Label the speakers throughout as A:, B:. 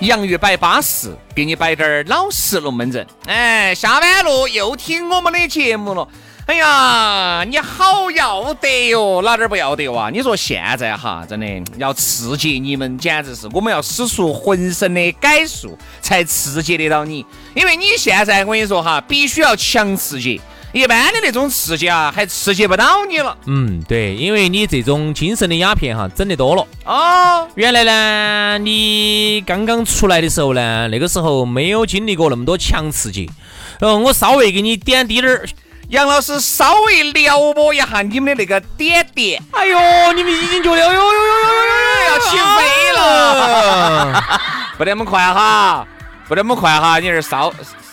A: 洋芋摆巴适，给你摆点儿老实龙门阵。哎，下班路又听我们的节目了。哎呀，你好要得哟，哪点儿不要得哇、啊？你说现在哈，真的要刺激你们，简直是我们要使出浑身的解数才刺激得到你。因为你现在我跟你说哈，必须要强刺激，一般的那种刺激啊，还刺激不到你了。
B: 嗯，对，因为你这种精神的鸦片哈，整得多了。
A: 哦，
B: 原来呢，你刚刚出来的时候呢，那个时候没有经历过那么多强刺激，呃，我稍微给你点滴点儿。
A: 杨老师稍微撩拨一下你们的那个点点，
B: 哎呦，你们已经觉得，哎呦呦呦呦呦呦，
A: 要起飞了，不得么快哈，不得么快哈，你这儿稍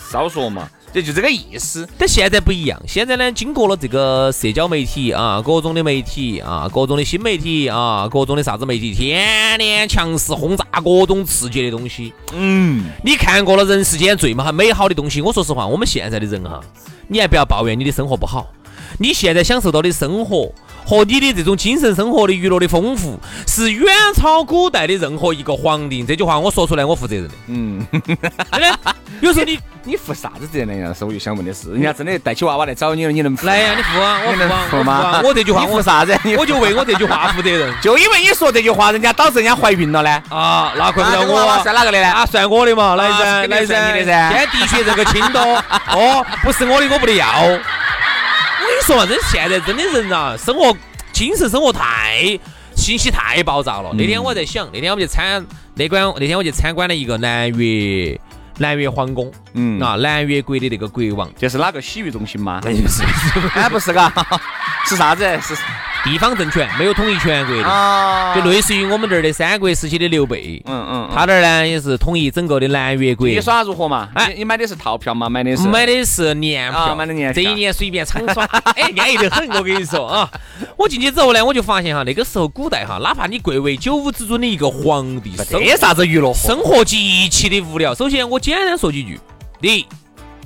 A: 稍说嘛，这就这个意思。
B: 但现在不一样，现在呢，经过了这个社交媒体啊，各种的媒体啊，各种的新媒体啊，各种的啥子媒体，天天强势轰炸各种刺激的东西。
A: 嗯，
B: 你看过了人世间最嘛美好的东西，我说实话，我们现在的人哈，你还不要抱怨你的生活不好，你现在享受到的生活和你的这种精神生活的娱乐的丰富，是远超古代的任何一个皇帝。这句话我说出来，我负责任的。
A: 嗯，
B: 真的，有时候你
A: 你负啥子责任呢？杨老师，我就想问的是，人家真的带起娃娃来找你了，你能负
B: 来呀，你负啊，我
A: 你
B: 负
A: 能，
B: 啊我
A: 负
B: 负啊
A: 吗？，
B: 我这句话
A: 你负
B: 我
A: 啥子？
B: 我就为我这句话负责任
A: 就因为你说这句话，人家导致人家怀孕了呢。
B: 啊，那怪不
A: 啊
B: 得
A: 这个
B: 我
A: 娃娃
B: 啊
A: 算哪个的呢？
B: 啊，算我的嘛，来噻，
A: 肯定
B: 来
A: 算
B: 噻，
A: 你的噻
B: 现在的确这个轻多，哦，不是我的我不得要。我跟你说嘛，真现在真的人啊，生活精神生活太信息太爆炸
A: 嗯
B: 了。那天我在想，那天我们去参那关，那天我去参观了一个南越南越皇宫，
A: 嗯
B: 啊，南越国的那个国王，
A: 这是哪个洗浴中心吗？
B: 那就是
A: 哎，不是嘎，是啥子？是
B: 地方政权没有统一全国的，
A: 啊，
B: 就类似于我们这儿的三国时期的刘备。
A: 嗯嗯，
B: 他那儿呢也是统一整个的南越国，
A: 你耍如何嘛？
B: 哎
A: 你你买的是套票吗？买的是
B: 买的是年
A: 啊
B: 票，
A: 买的年
B: 这
A: 票
B: 一年随便畅耍， 哎，安逸得很。我跟你说啊，我进去之后呢，我就发现哈，那个时候古代哈，哪怕你贵为九五之尊的一个皇帝，生
A: 没啥子娱乐活
B: 生活极其的无聊。首先，我简单说几句：第一，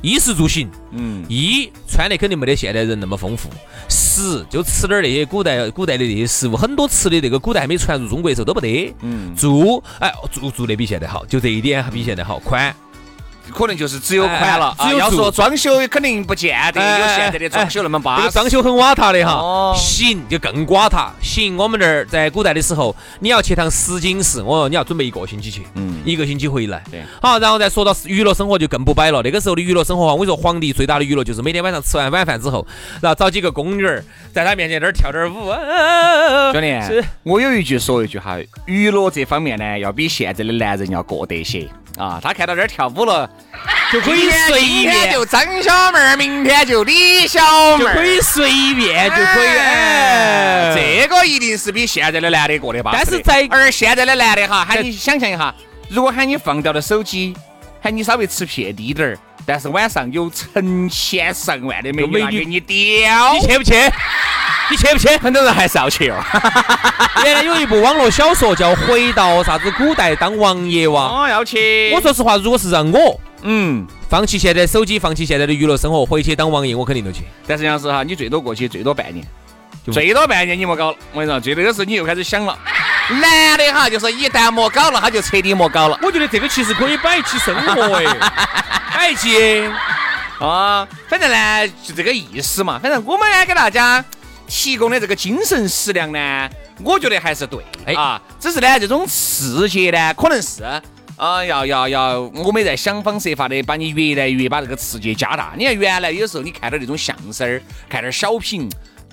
B: 衣食住行，
A: 嗯，
B: 一穿的肯定没得现代人那么丰富；十就吃点儿那些古代古代的那些食物，很多吃的那个古代还没传入中国的时候都不得。
A: 嗯
B: 住，哎，住住的比现在好，就这一点还比现在好，宽。
A: 可能就是只有款了。
B: 哎
A: 啊
B: 只有
A: 要
B: 住
A: 说装修，肯定不见得有现在的装修那么
B: 哎这
A: 巴
B: 个
A: 适。
B: 装啊修很瓦塔的
A: 啊哦
B: 哈，行就更瓦塔。行，我们这儿在古代的时候，你要去趟石井寺，我说你要准备一个星期去，
A: 嗯
B: 一个星期回来。
A: 对
B: 好，然后再说到娱乐生活就更不摆了。那个时候的娱乐生活啊，我跟你说，皇帝最大的娱乐就是每天晚上吃完晚饭之后，然后找几个宫女儿在他面前这儿跳点儿舞。
A: 兄弟
B: 是，
A: 我有一句说一句哈，娱乐这方面呢，要比现在的男人要过得些啊。他看到这儿跳舞了，
B: 就可以随
A: 今天
B: 便，
A: 就张小妹儿，明天就李小妹
B: 就
A: 儿，
B: 可以随便，就可以哎。
A: 这个一定是比现在的男的过得巴适的。
B: 但是在
A: 而现在的男的哈，喊你想象一下，如果喊你放掉了手机，喊你稍微吃撇低点儿，但是晚上有成千上万的美
B: 有美
A: 女
B: 女
A: 要给你叼
B: 你。去不去？你去不去？
A: 很多人还是要去哦。
B: 原来有一部网络小说叫《回到啥子古代当王爷哇
A: 哦，要》，去。
B: 我，说实话，如果是让我
A: 嗯，
B: 放弃现在手机，放弃现在的娱乐生活，回去当王爷，我肯定都去。
A: 但是杨老师哈，你最多过去最多半年，
B: 就
A: 最多半年你莫搞了。我跟你说，最多的是你又开始想了。男的哈，就是一旦莫搞了，他就彻底莫搞了
B: 我觉得这个其实可以摆一期生活哎，摆一期。
A: 啊。反正呢，就这个意思嘛。反正我们呢，给大家提供的这个精神食粮呢，我觉得还是对
B: 哎
A: 啊。只是呢，这种刺激呢，可能是。啊，要要要！我们在想方设法的把你越来越把这个刺激加大。你看原来有时候你看点那种相声儿，看点小品，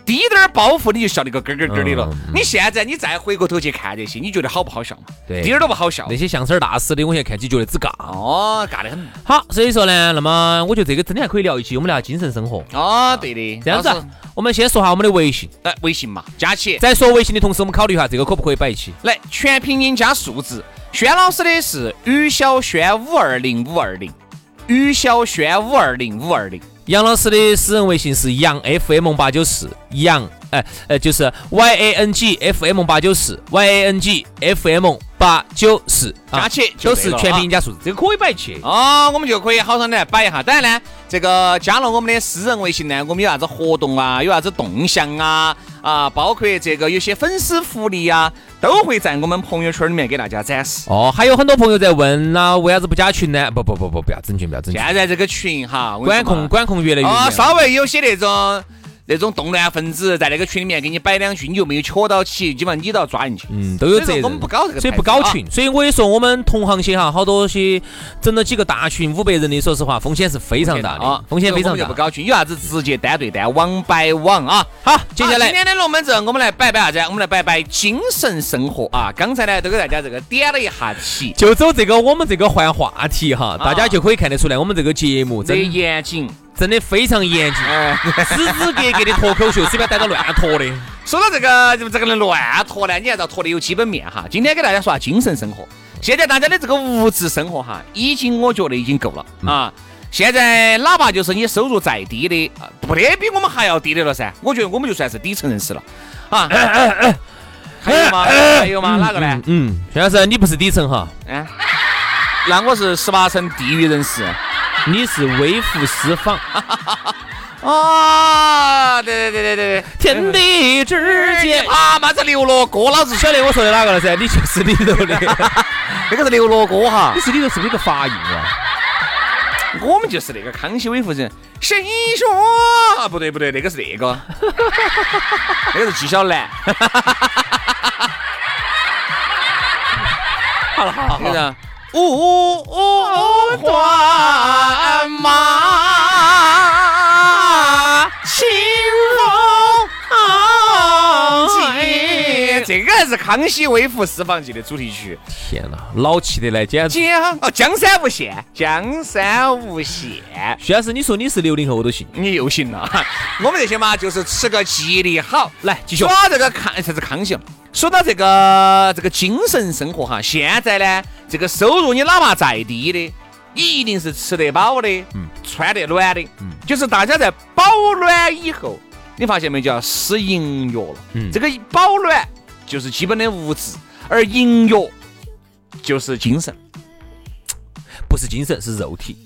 A: 低点儿包袱你就笑得个咯咯咯的
B: 嗯
A: 了。你现在你再回过头去看这些，你觉得好不好笑嘛？
B: 对
A: 一点儿都不好笑
B: 那。些相声大师的，我现在看起觉得只尬。
A: 哦，尬得很。
B: 好，所以说呢，那么我觉得这个真的还可以聊一期，我们聊精神生活。
A: 哦，对的，
B: 这样子
A: 老师
B: 啊，我们先说下我们的微信，
A: 呃，微信嘛，加起，
B: 在说微信的同时，我们考虑一下这个可不可以摆一期。
A: 来全拼音加数字。轩老师的是于小轩五二零五二零，于小轩五二零五二零。
B: 杨老师的私人微信是杨 FM 八九四，杨哎呃就是 Y A N G F M 八九四，Y A N G F M 八九四，
A: 加起就
B: 都
A: 对
B: 是
A: 了
B: 全
A: 啊
B: 拼音加数字，这个可以摆一期。
A: 哦，我们就可以好生地来摆一下。当然呢，这个加了我们的私人微信呢，我们有啥子活动啊，有啥子动向啊，啊，包括这个有些粉丝福利啊，都会在我们朋友圈里面给大家展示。
B: 哦，还有很多朋友在问啦，为啥子不加群呢？不不不不，不要整群，不要整群，
A: 现在这个群哈，我跟你说嘛
B: 管控管控越来越
A: 啊，
B: 严。
A: 稍微有些那种那种动乱分子在那个群里面给你摆两句，你又没有戳到起，基本上你都要抓进去。
B: 嗯，都有责
A: 所以
B: 任。
A: 说我们不搞这个
B: 所以
A: 牌
B: 不
A: 子
B: 搞
A: 啊
B: 群。所以我也说，我们同行些哈，好多些整了几个大群，五百人的，说实话，风险是非常大的，风险非
A: 啊所以我
B: 常
A: 们就
B: 大
A: 不。搞群，有啥子直接单对单，网摆网啊。
B: 好，接
A: 好
B: 下
A: 今
B: 来
A: 天的龙门阵，我们来摆摆啥子？我们来摆摆精神生活啊！刚才呢，都给大家这个点了一下题，
B: 就走这个我们这个换话题哈，
A: 啊
B: 大家就可以看得出来，我们这个节目
A: 这
B: 真
A: 严谨。
B: 真的非常严谨，
A: 哎，
B: 支支格格的脱口秀，随便逮到乱脱的。
A: 说到这个这个乱脱呢，你还是要脱的有基本面哈。今天给大家说下精神生活。现在大家的这个物质生活哈，已经我觉得已经够了
B: 嗯
A: 啊。现在哪怕就是你收入再低的，啊不得比我们还要低的了噻。我觉得我们就算是底层人士了 啊。还有吗？还有吗？哪个呢？
B: 嗯，薛老师，你不是底层哈，
A: 哎，那我是十八层地狱人士。
B: 你是微服私访，
A: 啊，对对对对对
B: 天地之
A: 对，
B: 间。
A: 啊妈这刘罗锅，老子
B: 晓得我说的哪个了噻？你就是里头的，
A: 那个是刘罗锅哈
B: 你，是里头是不是一个发印啊？
A: 我们就是那个康熙微服人，谁说？啊不对不对，那个是那个，那个是纪晓岚，
B: 好了好了
A: 那个是五环马，清风记，这个是康熙微服私访记的主题曲。
B: 天呐，老气得来，简直！
A: 江哦，江山无限，江山无限。
B: 薛老师，你说你是六零后都行。
A: 你又信了， 我们这些嘛，就是吃个吉利好。
B: 来，继续
A: 说。到这个康，啥子康熙？说到这个这个精神生活哈，现在呢，这个收入你哪怕再低的，你一定是吃得饱的，嗯，穿得暖的，嗯，就是大家在保暖以后，你发现没？就要吃营养了。
B: 嗯
A: 这个保暖就是基本的物质，而营养就是精神。
B: 不是精神，是肉体。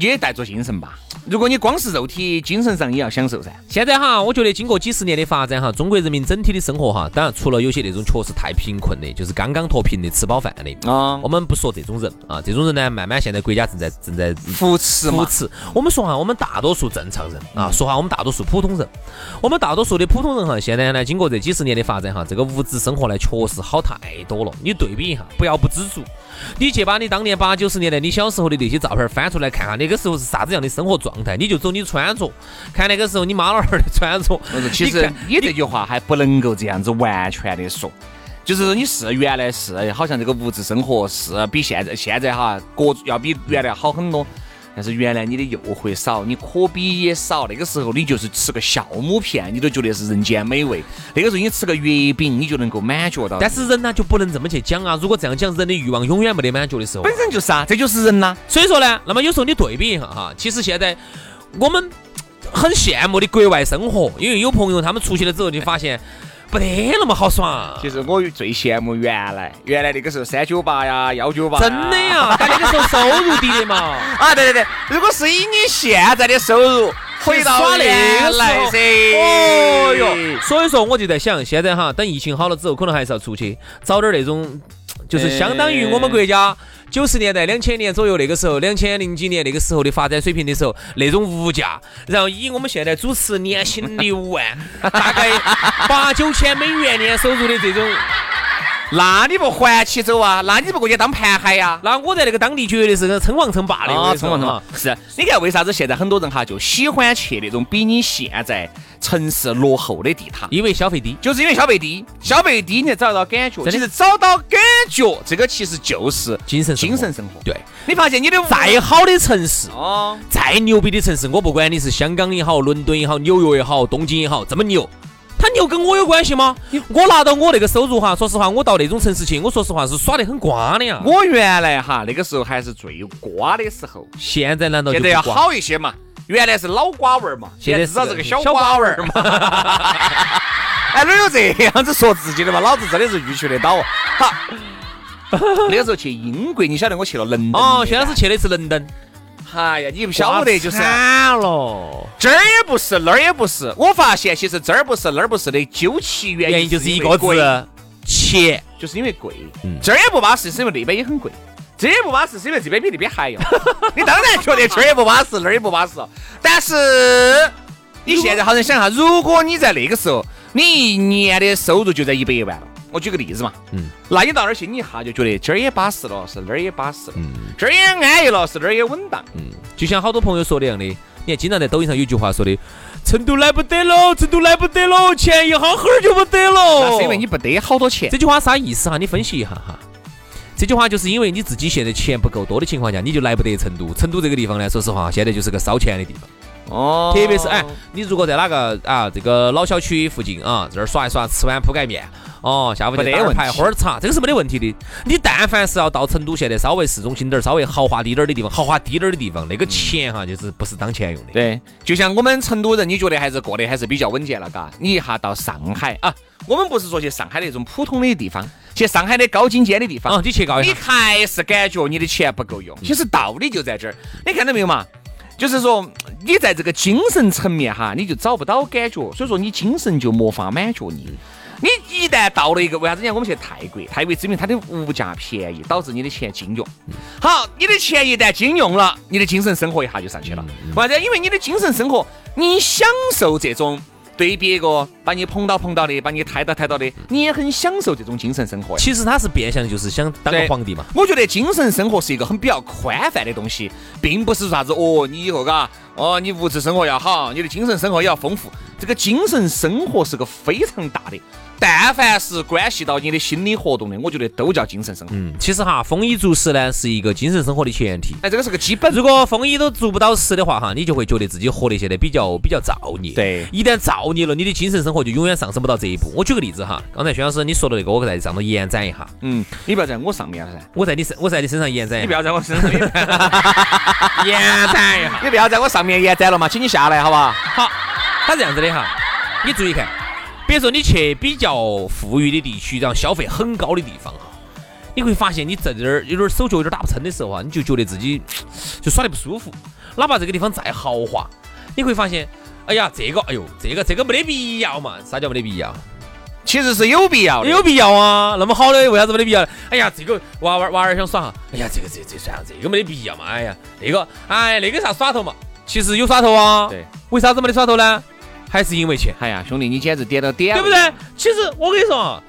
A: 也带着精神吧。如果你光是肉体，精神上也要享受噻。
B: 现在哈，我觉得经过几十年的发展哈，中国人民整体的生活哈，当然除了有些那种确实太贫困的，就是刚刚脱贫的、吃饱饭的，
A: 啊
B: 我们不说这种人啊，这种人呢，慢慢现在国家正在正在
A: 扶持
B: 扶
A: 嘛，嗯
B: 持。我们说哈，我们大多数正常人啊，说哈我们大多数普通人，我们大多数的普通人哈，现在呢，经过这几十年的发展哈，这个物质生活呢，确实好太多了。你对比一下，不要不知足。你去把你当年八九十年代你小时候的那些照片翻出来看看，那个时候是啥子样的生活状态，你就走你穿着，看那个时候你妈老汉儿的穿着。
A: 我说其
B: 你
A: 实
B: 看
A: 你这句话还不能够这样子完全的说，就是说你是原来是好像这个物质生活是比现在现在哈各要比原来好很多，但是原来你的诱惑少，你可比也少。那个时候你就是吃个酵母片，你都觉得是人间美味；那个时候你吃个月饼，你就能够满足到。
B: 但是人呢就不能这么去讲啊！如果这样讲，人的欲望永远没得满足的时候啊。
A: 本身就是啊，这就是人呐、
B: 所以说呢，那么有时候你对比一下哈，其实现在我们很羡慕的国外生活，因为有朋友他们出去了之后，你发现不得那么好耍，
A: 其实我最羡慕原来，原来那个时候三九八呀、幺九八，
B: 真的。 呀，但那个时候收入低的嘛，
A: 啊，对对对，如果是以你现在的收入回到
B: 耍那
A: 原
B: 个
A: 来噻。
B: 哦哟，所以说我就在想，现在哈，等疫情好了之后，可能还是要出去找点那种，
A: 哎
B: 就是相当于我们国家。九十年代、两千年左右那个时候，两千零几年那个时候的发展水平的时候，那种物价，然后以我们现在主持年薪六 万，大概八九千美元年收入的这种，
A: 那你不还起走啊？那你不过去当盘海呀？
B: 那我在那个当地绝对是称王称霸的。我
A: 啊，
B: 跟你说
A: 冲浪冲
B: 哈
A: 浪是，你看为啥子现在很多人哈就喜欢去那种比你现在城市落后的地摊，
B: 因为消费低。
A: 就是因为消费低，消费低你才找到感觉，
B: 真的
A: 其实找到感觉这个其实就是
B: 精神生活
A: 精神生活。
B: 对，
A: 你发现你的无
B: 再好的城市，
A: 哦，
B: 再牛逼的城市，我不管你是香港也好，伦敦也好，纽约也好，东京也好，这么牛，它牛跟我有关系吗？我拿到我那个收入哈，说实话，我到那种城市去，我说实话是耍得很瓜的呀。
A: 我原来哈那个时候还是最瓜的时候，
B: 现在难道就
A: 现
B: 不
A: 在要
B: 瓜？
A: 好一些嘛。原来是老瓜娃儿嘛，
B: 现
A: 现
B: 在
A: 在
B: 是
A: 至少是个小
B: 小
A: 瓜娃儿嘛。 哎，哪有这样子说自己的嘛？老子真的是预期得到哦。好，那个时候去英国，你晓得我去了伦敦
B: 哦，
A: 那
B: 薛
A: 边
B: 老师去的是伦敦，
A: 哎呀，你不晓得就是
B: 惨了，
A: 这儿也不是，那儿也不是。我发现其实这儿不是那儿不是的究其原
B: 原因就是一个
A: 因为贵
B: 字，钱。
A: 就是因为贵。
B: 嗯
A: 这儿也不巴适，是因为那边也很贵。这儿也不巴适，是因为这边比那边还 要。你当然觉得这儿也不巴适，那儿也不巴适了。但是你现在好生想哈，如果你在那个时候，你一年的收入就在一百万了。我举个例子嘛，
C: 嗯
A: 嗯，那你到那儿去，你一下就觉得这儿也巴适了，是那儿也巴适了，
B: 嗯
A: 这儿也安逸了，是那儿也稳当。
B: 就像好多朋友说的一样的，你看经常在抖音上有句话说的：“成都来不得了，成都来不得了，钱一哈哈儿就不得了。”
A: 那是因为你不得好多钱。
B: 哦这句话啥意思哈？你分析一下哈。这句话就是因为你自己现在钱不够多的情况下，你就来不得成都。成都这个地方呢，说实话，现在就是个烧钱的地方。
A: 哦
B: 特别是哎，你如果在哪个啊这个老小区附近啊，这儿耍一耍，吃碗铺盖面，哦，下午
A: 没
B: 再
A: 得
B: 打
A: 问
B: 牌
A: 题
B: 喝点儿茶，这个是没得问题的。你但凡是要到成都现在稍微市中心点儿、稍微豪华低点儿的地方、豪华低点儿的地方，那个钱哈就是不是当钱用的。
A: 嗯对，就像我们成都人，你觉得还是过得还是比较稳健了，嘎。你一下到上海啊，我们不是说去上海那种普通的地方，去上海的高精尖的地
B: 啊
A: 方，，
B: 你去告一
A: 你
B: 下，嗯
A: 还是感觉你的钱不够用。其实道理就在这儿，你看到没有嘛？就是说，你在这个精神层面哈，你就找不到感觉，所以说你精神就没法满足你。你一旦到了一个，为啥子？你看我们去泰国，泰国证明它的物价便宜，导致你的钱经用。
B: 嗯
A: 好，你的钱一旦经用了，你的精神生活一下就上去了。
B: 嗯
A: 为啥子？因为你的精神生活，你享受这种对别个把你捧到捧到的，把你抬到抬到的，你也很享受这种精神生活呀。
B: 其实他是变相就是想当个
A: 对
B: 皇帝嘛。
A: 我觉得精神生活是一个很比较宽泛的东西，并不是啥子哦，你以后嘎，哦，你物质生活要好，你的精神生活也要丰富。这个精神生活是个非常大的，但凡是关系到你的心理活动的，我觉得都叫精神生活。
B: 嗯，其实哈，丰衣足食呢是一个精神生活的前提。
A: 哎，这个是个基本。
B: 如果丰衣都足不到食的话，哈，你就会觉得自己活得现在比较比较造孽。
A: 对
B: 一旦造孽了，你的精神生活就永远上升不到这一步。我举个例子哈，刚才薛老师你说的那个，我在上头延展一下，
A: 嗯，你不要在我上面了噻，
B: 我在你身，我在你身上延展
A: 你
B: 一
A: 不
B: 下，
A: 要在我身上，
B: 延展一下。
A: 哎你不要在 我上面延展了嘛，请你下来好不好？
B: 好，它这样子的哈，你注意看，比如说你去比较富裕的地区，然后消费很高的地方哈，你会发现你在这儿有点手脚有点打不撑的时候啊，你就觉得自己就耍得不舒服，哪怕这个地方再豪华，你会发现，哎呀，这个，哎呦，这个这个没得必要嘛，啥叫没得必要？
A: 其实是有必要的。
B: 有必要啊，那么好的为啥子没得必要呢？哎呀，这个娃娃娃儿想耍哈，哎呀，这个这这算了，这个没得必要嘛，哎呀，那个，哎，那个啥耍头嘛，其实有耍头啊，
A: 对，
B: 为啥子没得耍头呢？还是因为钱。
A: 哎呀，兄弟，你简直点到点，
B: 对不？对？其实我跟你说啊，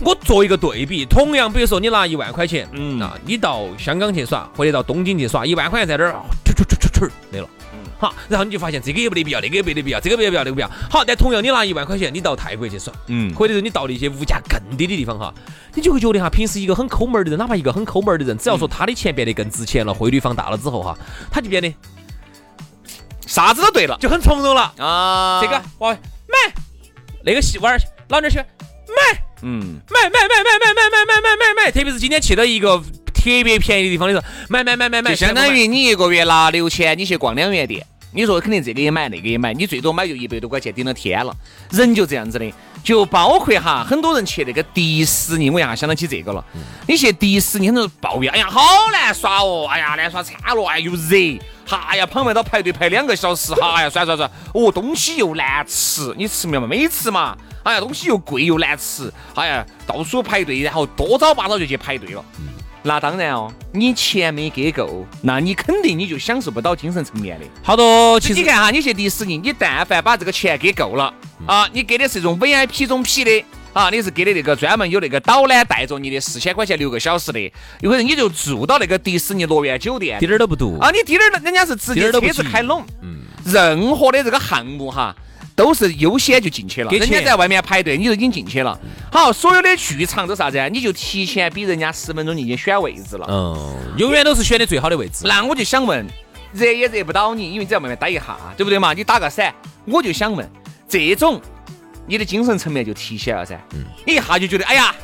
B: 我做一个对比，同样比如说你拿一万块钱，嗯啊，你到香港去耍，或者到东京去耍，一万块钱在这儿，突突突突突没了。好，然后你就发现这个也没得必要，那个也没得必要，这个没得必要，那个不要。好，但同样你拿一万块钱，你到泰国去耍，
A: 嗯，
B: 或者是你到那些物价更低的地方哈，你就会觉得哈，平时一个很抠门儿的人，哪怕一个很抠门儿的人，只要说他的钱变得更值钱了，汇率放大了之后哈，他就变得
A: 啥子都对了
B: 就很从容了。
A: 啊。
B: 这个，哇买，那个媳妇儿老娘儿媳妇儿买。
A: 嗯，
B: 买买买买买买买买买买买，特别是今天去到一个特别便宜的地方的时候，买买买买买，
A: 就相当于你一个月拿六千，你去逛两元店。你说肯定这个也买，那个也买，你最多买就一百多块钱，顶了天了。人就这样子的，就包括哈，很多人去那个迪士尼，我一下想到起这个了。你去迪士尼，很多人抱怨，哎呀，好难耍哦，哎呀，难耍惨了，哎又热，哈哎呀，旁边都排队排两个小时，哈哎呀，算算算，哦，东西又难吃，你吃没有嘛？没吃嘛？哎呀，东西又贵又难吃，哎呀，到处排队，然后多早八早就去排队了。那当然哦，你钱没给够，那你肯定你就享受不到精神层面的。
B: 好多其
A: 你
B: 实
A: 看哈，你去迪士尼，你但凡把这个钱给够了
B: 嗯
A: 啊，你给的是一种 VIP 中 P 的啊，你是给的那个专门有那个导览带着你的四千块钱六个小时的，有可能你就住到那个迪士尼乐园酒店
B: 滴点儿都不堵
A: 啊，你滴点儿人家是直
B: 滴点
A: 接
B: 儿都不嗯
A: 车子
B: 急
A: 开拢，任何的这个项目哈。都是优先就进去了，
B: 给
A: 人家
B: 钱
A: 在外面排队，你就已经进去
B: 嗯
A: 了。好，所有的剧场都啥子啊？你就提前比人家十分钟你已经选位置了。
B: 嗯，永远都是选的最好的位置。
A: 那我就想问，热也热不到你，因为只要外面待一下，对不对嘛？你打个伞，我就想问，这种你的精神层面就提起来了噻。你一下就觉得，哎呀，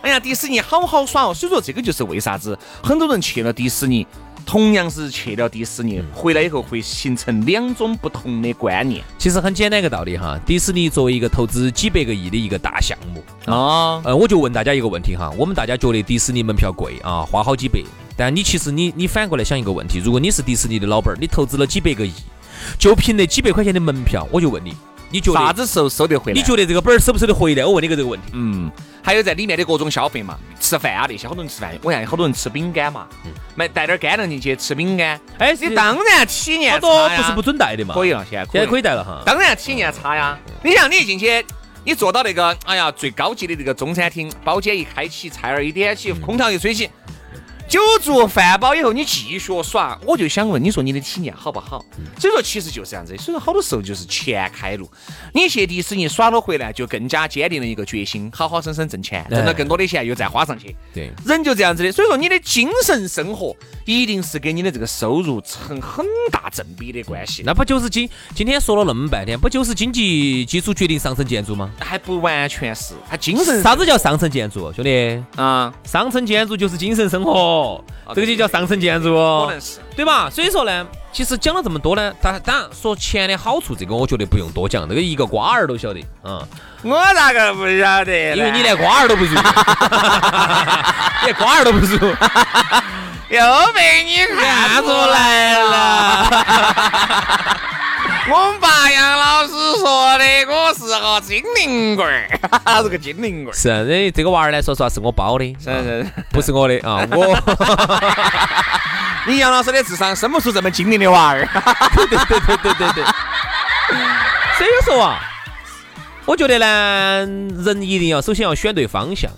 A: 哎呀，迪士尼好好耍哦。所以说，这个就是为啥子很多人去了迪士尼，同样是去了迪士尼，回来以后会形成两种不同的观念
B: 其实很简单一个道理哈，迪士尼作为一个投资几百个亿的一个大项目，
A: 啊。
B: 呃，我就问大家一个问题哈，我们大家觉得迪士尼门票贵啊，花好几百，但你其实你你反过来想一个问题，如果你是迪士尼的老板儿，你投资了几百个亿，就凭那几百块钱的门票，我就问你，你觉
A: 啥子
B: 得
A: 时候收得回来？
B: 你觉得这个本儿收不收得回来？我问你一个这个问题，
A: 嗯，还有在里面的各种消费嘛，吃饭啊那些，好多人吃饭，我看好多人吃饼干嘛，买带点干粮进去吃饼干。
B: 哎
A: 你当然体验
B: 好多
A: 差
B: 不
A: 呀
B: 是不准带的嘛，
A: 可以了，现在
B: 现在可
A: 以，
B: 以带了哈。
A: 当然体验差呀。你像你进去，你坐到那个哎呀最高级的那个中餐厅，包间一开起，菜儿一点起，空调一吹起。酒足饭饱以后，你继续耍，我就想问，你说你的体验好不好？所以说，其实就是这样子。所以说，好多时候就是钱开路。你去迪士尼耍了回来，就更加坚定了一个决心，好好生生挣钱，挣到更多的钱又再花上去。
B: 对，
A: 人就这样子的。所以说，你的精神生活一定是跟你的这个收入成很大正比的关系。
B: 那不就是经今天说了那么半天，不就是经济基础决定上层建筑吗？
A: 还不完全是，他精神
B: 啥子叫上层建筑，兄弟？
A: 啊，
B: 上层建筑就是精神生活，这个就叫上层建筑，哦
A: 可能是
B: 对吧？所以说呢，其实讲了这么多呢，当当然说钱的好处，这个我觉得不用多讲，这个一个瓜儿都晓得，嗯，
A: 我咋个不晓得呢？
B: 因为你连瓜儿都 不如，连瓜儿都不如，
A: 又被你看出来了。 我们八杨老师说的，我是个精灵棍儿，他 是个精灵棍儿。
B: 是，啊这这个娃儿呢，说实话是我包的，
A: 是是，是
B: 不是我的啊，我。
A: 你杨老师的智商生不出这么精灵的娃儿。
B: 对对对对对。所以说啊，我觉得呢，人一定要首先要选对方向。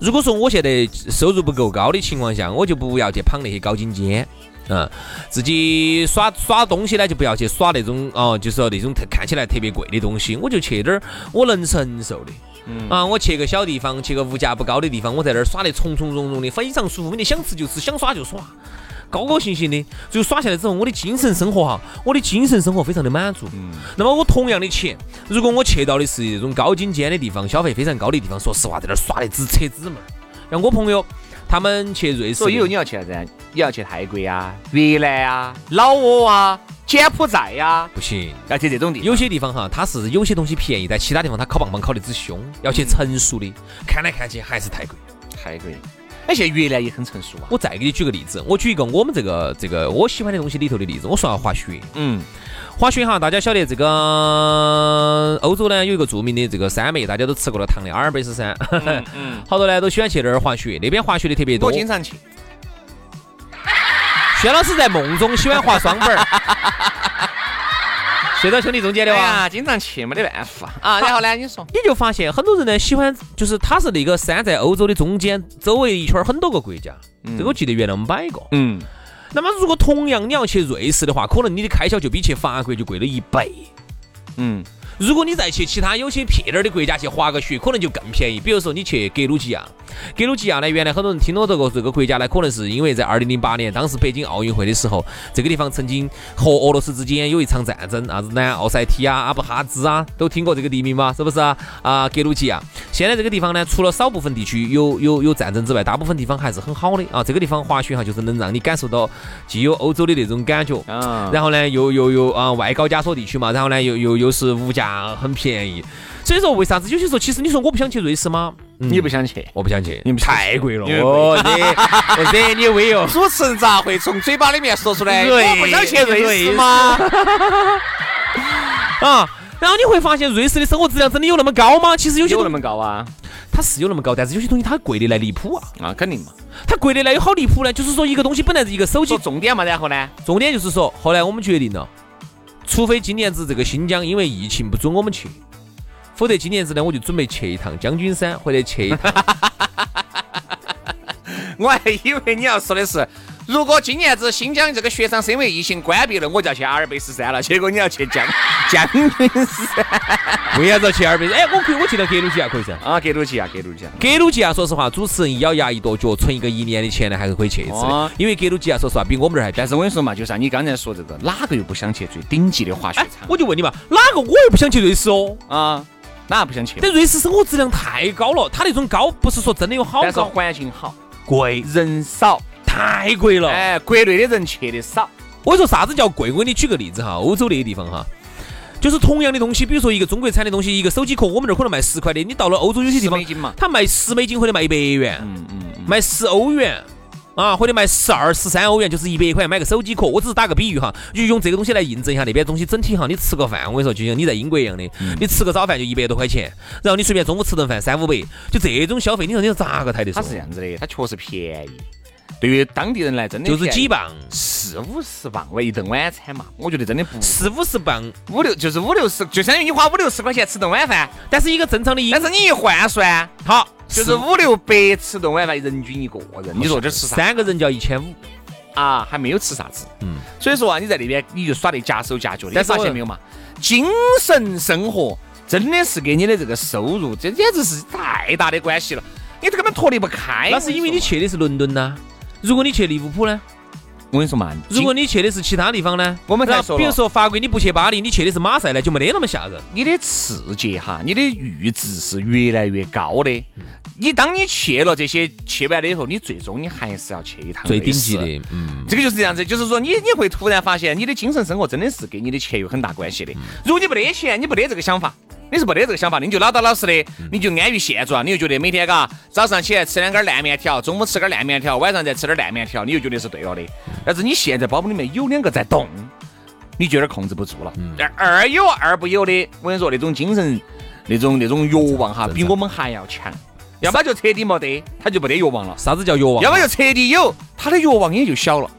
B: 如果说我现在收入不够高的情况下，我就不要去捧那些高精尖。嗯，自己耍耍东西呢，就不要去耍那种哦，就是说那种特看起来特别贵的东西，我就去点儿我能承受的。
A: 嗯
B: 啊，我去个小地方，去个物价不高的地方，我在那儿耍得从从容容的，非常舒服。你想吃就吃，想耍就耍，高高兴兴的。最后耍下来之后，我的精神生活哈，我的精神生活非常的满足。
A: 嗯
B: 那么我同样的钱，如果我去到的是那种高精尖的地方，消费非常高的地方，说实话，在那儿耍得直扯纸门儿。像我朋友他们去瑞士
A: 所以以后
B: 的，
A: 你要去啥子？啊你要去泰国呀、越南呀、老挝啊、柬埔寨啊呀，
B: 不行。
A: 要去这种地方。
B: 有些地方哈，它是有些东西便宜，但其他地方它烤棒棒烤得之凶，要去成熟的，看来看去还是太贵。
A: 泰国，哎，现在越南也很成熟啊。
B: 我再给你举个例子，我举一个我们这个这个我喜欢的东西里头的例子，我说下滑雪。
A: 嗯，
B: 滑雪哈，大家晓得这个欧洲呢有一个著名的这个山脉，大家都吃过了糖的阿尔卑斯山，
A: 嗯
B: 好多呢都喜欢去那儿滑雪，那边滑雪的特别多
A: 我。经常去。
B: 薛老师在梦中喜欢滑双板 儿，睡到兄弟中间的
A: 对
B: 哇。
A: 哎呀，经常去，没得办法啊。然后呢，你说，
B: 你就发现很多人呢喜欢，就是它是那个山在欧洲的中间，周围一圈儿很多个国家，这个我记得原来我们摆过。
A: 嗯，
B: 那么如果同样你要去瑞士的话，可能你的开销就比去法国就贵了一倍。
A: 嗯，
B: 如果你再去其他有些撇点儿的国家去滑个雪，可能就更便宜。比如说你去格鲁吉亚，格鲁吉亚呢，原来很多人听到这个这个国家呢，可能是因为在二零零八年当时北京奥运会的时候，这个地方曾经和俄罗斯之间有一场战争，啥子南奥塞梯啊、阿布哈兹啊，都听过这个地名吗？是不是啊？啊，格鲁吉亚。现在这个地方呢，除了少部分地区有有有战争之外，大部分地方还是很好的啊。这个地方滑雪哈，就是能让你感受到既有欧洲的那种感觉，
A: 啊，
B: 然后呢，又又又啊、外高加索地区嘛，然后呢，又又又是物价很便宜，所以说为啥子有些时候，其实你说我不想去瑞士吗？嗯
A: 你不，想去？
B: 我不想去，
A: 你不想去
B: 太贵了，
A: 你 不
B: 哦，惹惹你威哦。
A: 主持人咋会从嘴巴里面说出来？
B: 瑞
A: 我不想去瑞士吗？
B: 啊。然后你会发现，瑞士的生活质量真的有那么高吗？其实有些
A: 有
B: 东
A: 那么高啊？
B: 它是有那么高，但是有些东西它贵的来离谱啊！
A: 啊，肯定嘛。
B: 它贵的来有好离谱呢，就是说一个东西本来是一个手机
A: 说，重点嘛，然后呢？
B: 重点就是说，后来我们决定了，除非今年子这个新疆因为疫情不准我们去，否则今年子呢我就准备去一趟将军山或者去一 趟。
A: 我还以为你要说的是，如果今年子新疆这个雪场是因为疫情关闭了，我就要去阿尔卑斯山了。 结果你要去将将军山
B: 为啥子要去哈尔滨？哎，我可以，我去趟格鲁吉亚可以噻。
A: 啊，格鲁吉亚，格鲁吉亚。
B: 格鲁吉亚，说实话，主持人一咬牙一跺脚，存一个一年的钱呢，还是可以去一次的
A: 哦。
B: 因为格鲁吉亚，说实话，比我们这儿还便宜。
A: 但是我跟你说嘛，就是啊你刚才说这个，哪个又不想去最顶级的滑雪
B: 哎，
A: 场？
B: 我就问你嘛，哪个我又不想去瑞士哦？
A: 啊，哪不想去？
B: 但瑞士生活质量太高了，它那种高不是说真的有好
A: 但是
B: 高，
A: 环境好，
B: 贵
A: 人少，
B: 太贵了。
A: 哎，国内的人去的少。
B: 我说啥子叫贵？我给你举个例子哈，欧洲那些地方哈，就是同样的东西，比如说一个中国产的东西，一个手机壳，我们这儿可能卖十块的，你到了欧洲有些地
A: 十
B: 方
A: 美，金嘛。
B: 它卖十美金或者卖一百元，
A: 嗯嗯
B: 卖十欧元。啊，或者卖十二、十三欧元，就是一百块买个手机壳。我只是打个比喻哈，就用这个东西来印证一下那边东西整体哈。你吃个饭，我跟你说，就像你在英国一样的，
A: 嗯
B: 你吃个早饭就一百多块钱，然后你随便中午吃顿饭三五百，就这种消费，你说你说咋个抬得
A: 它
B: 上
A: 是？这样子的，它确实便宜。对于当地人来，真的
B: 就是几
A: 百
B: 磅，
A: 四五十磅为一顿晚餐嘛，我觉得真的不
B: 四五十磅，
A: 五六就是五六十，就相当于你花五六十块钱吃顿晚饭，
B: 但是一个正常的英
A: 但是你一换算，
B: 好
A: 就是五六百吃顿晚饭，人均一个人，你说这吃啥
B: 三个人就要一千五，
A: 啊？还没有吃啥子，
B: 嗯
A: 嗯，所以说啊，你在那边你就耍得夹手夹脚的，
B: 但
A: 你
B: 是我
A: 发现没有嘛？精神生活真的是跟你的这个收入，这简直是太大的关系了，你这根本脱离不开。
B: 那是因为你去的是伦敦呐。如果你去利物浦呢？
A: 我跟你说嘛，
B: 如果你去的是其他地方呢？
A: 我们才
B: 那
A: 说了
B: 比如说法国，你不去巴黎，你去的是马赛呢，就没得那么吓人。
A: 你的刺激哈，你的阈值是越来越高的。你当你去了这些去完了以后，你最终你还是要去一趟
B: 最
A: 瑞
B: 顶
A: 士
B: 级的，嗯，
A: 这个就是这样子，就是说你你会突然发现，你的精神生活真的是跟你的钱有很大关系的。如果你没得钱，你没得这个想法，你是没得这个想法的，你就老老老实的，你就安于现状，你就觉得每天嘎早上起来吃两根烂面条，中午吃根烂面条，晚上再吃点烂面条，你就觉得是对了的。但是你现在包包里面有两个在动，你就有点控制不住了。但二有二不有的，我跟你说，那种精神，那种那种欲望哈，
B: 正常
A: 比我们还要强。要么就彻底没得，他就没得欲望了。
B: 啥子叫欲望？
A: 要么就彻底有，他的欲望也就小了。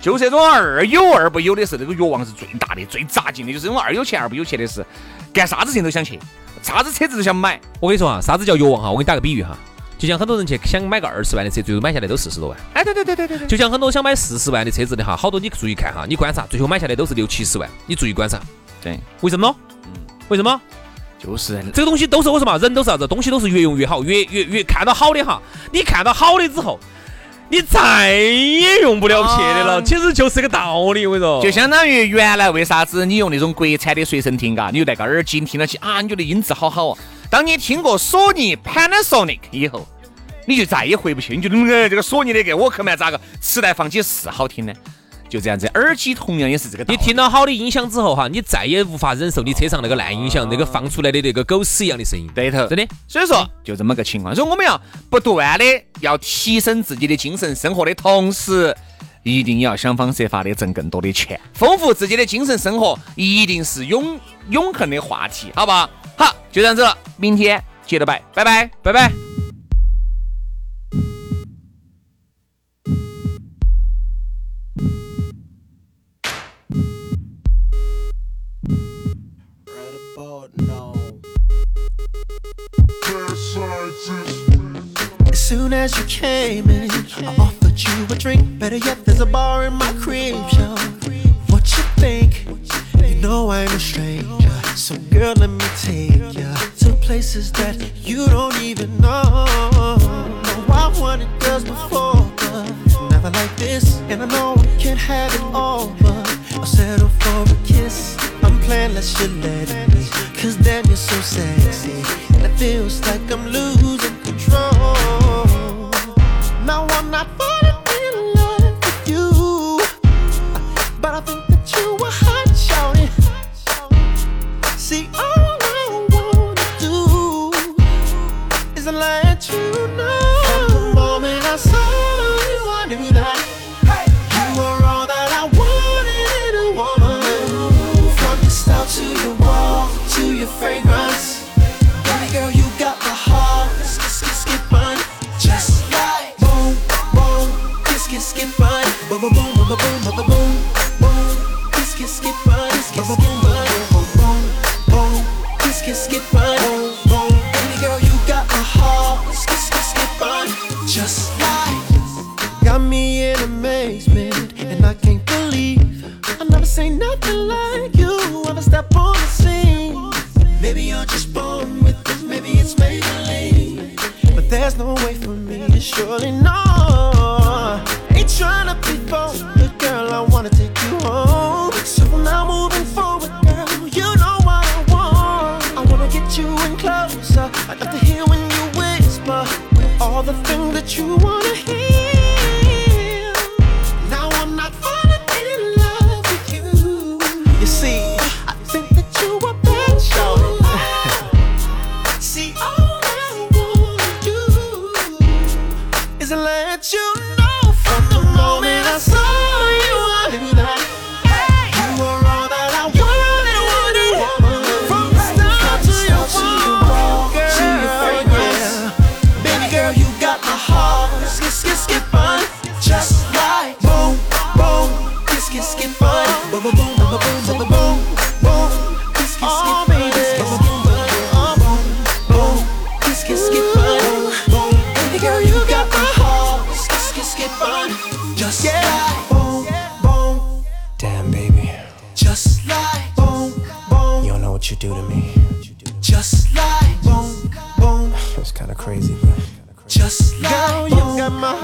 A: 就这种二有二不有的时候，这个欲望是最大的、最扎劲的，就是这种二有钱二不有钱的是，干啥子事情都想去，啥子车子都想买。
B: 我跟你说啊，啥子叫欲望哈？我给你打个比喻哈，就像很多人去想买个二十万的车，最后买下来都四十多万；
A: 哎，对对对对对对，
B: 就像很多想买四十万的车子的哈，好多你注意看哈，你观察，最后买下来都是六七十万。你注意观察，
A: 对，
B: 为什么呢？
A: 嗯
B: 为什么？
A: 就是
B: 这个东西都是我说嘛，人都是啥子，东西都是越用越好，越越越看到好的哈，你看到好的之后，你再也用不了撇的了，
A: 啊
B: 其实就是个道理，我跟你说。
A: 就相当于原来为啥子你用那种国产的随身听啊嘎，你就戴个耳机你听到起啊，你觉得音质好好哦。当你听过索尼 Panasonic 以后，你就再也回不去，你觉得嗯哎这个索尼的给我克曼咋个磁带放起是好听呢？就这样子，耳机同样也是这个道
B: 你
A: 理。
B: 听到好的音响之后哈，你再也无法忍受你车上那个烂音响，那个放出来的那个狗屎一样的声音。
A: 啊对头，
B: 真的，
A: 所以说就这么个情况，所以我们要不断的要提升自己的精神生活的同时，一定要想方设法的挣更多的钱，丰富自己的精神生活，一定是永永恒的话题，好不好？好，就这样子了，明天接着拜，拜拜，拜拜。
D: Right about now. As soon as you came in, I offered you a drink. Better yet, there's a bar in my crib, yo. What you think? You know I'm a stranger. So girl, let me take ya to places that you don't even know. Know I wanted girls before, but never like this. And I know I can't have it all, but I'll settle for a kiss. I'm playing, let's you let me. Cause damn, you're so sexy. And it feels like I'm losing control. No, I'm not falling in love with you. But I think that you were hot shouting. See, all I wanna do is let you know. From the moment I saw you, I knew that. You were all that I wanted in a woman. From your style to your walk to your fragrance. Baby girl, you got my heart. Skip, skip, skip, run. Just like boom, boom. Kiss, kiss, skip, run. Boom, boom, boom, boom, boom, boom, boom, boom. Kiss, kiss, skip, run. Boom, boom, boom, boom, boom, boom, boom. Kiss, kiss, skip, run. Boom, boom. Baby girl, you got my heart. Skip, skip, skip, run. Just like got me in amazement, and I can't believe I never seen nothing like you when I step on the scene. Maybe you're just born with this, maybe it's Maybelline. But there's no way for me to surely know. Ain't tryna be bold, but girl, I wanna take you home. So from now moving forward, girl, you know what I want. I wanna get you in closer. I'd love to hear when you whisper all the things that you wanna hear. Now I'm not falling in love with you. You see, I think that you are bad, See, all I wanna do is let you know from the moment I saw you, I knew that. you were all that I wanted, wanted. From the start to your walk, girl, yeah. Baby girl, you got my heart. Skip, skip, skip on. Just like boom, boom. Kiss, kiss, skip on. Boom, boom, boom, boom, boom, boom, boom, boom. Kiss, kiss, skip on. Boom, boom, boom, boom, boom, boom. Oh, Kiss, kiss, skip on. Boom, boom. Baby girl, you got my heart. Skip, skip, skip on. Just like boom, boom. Damn, baby. Just like boom, boom. You don't know what you do to me. Just like boom, boom. It's kind of crazy, but just like boom. you got my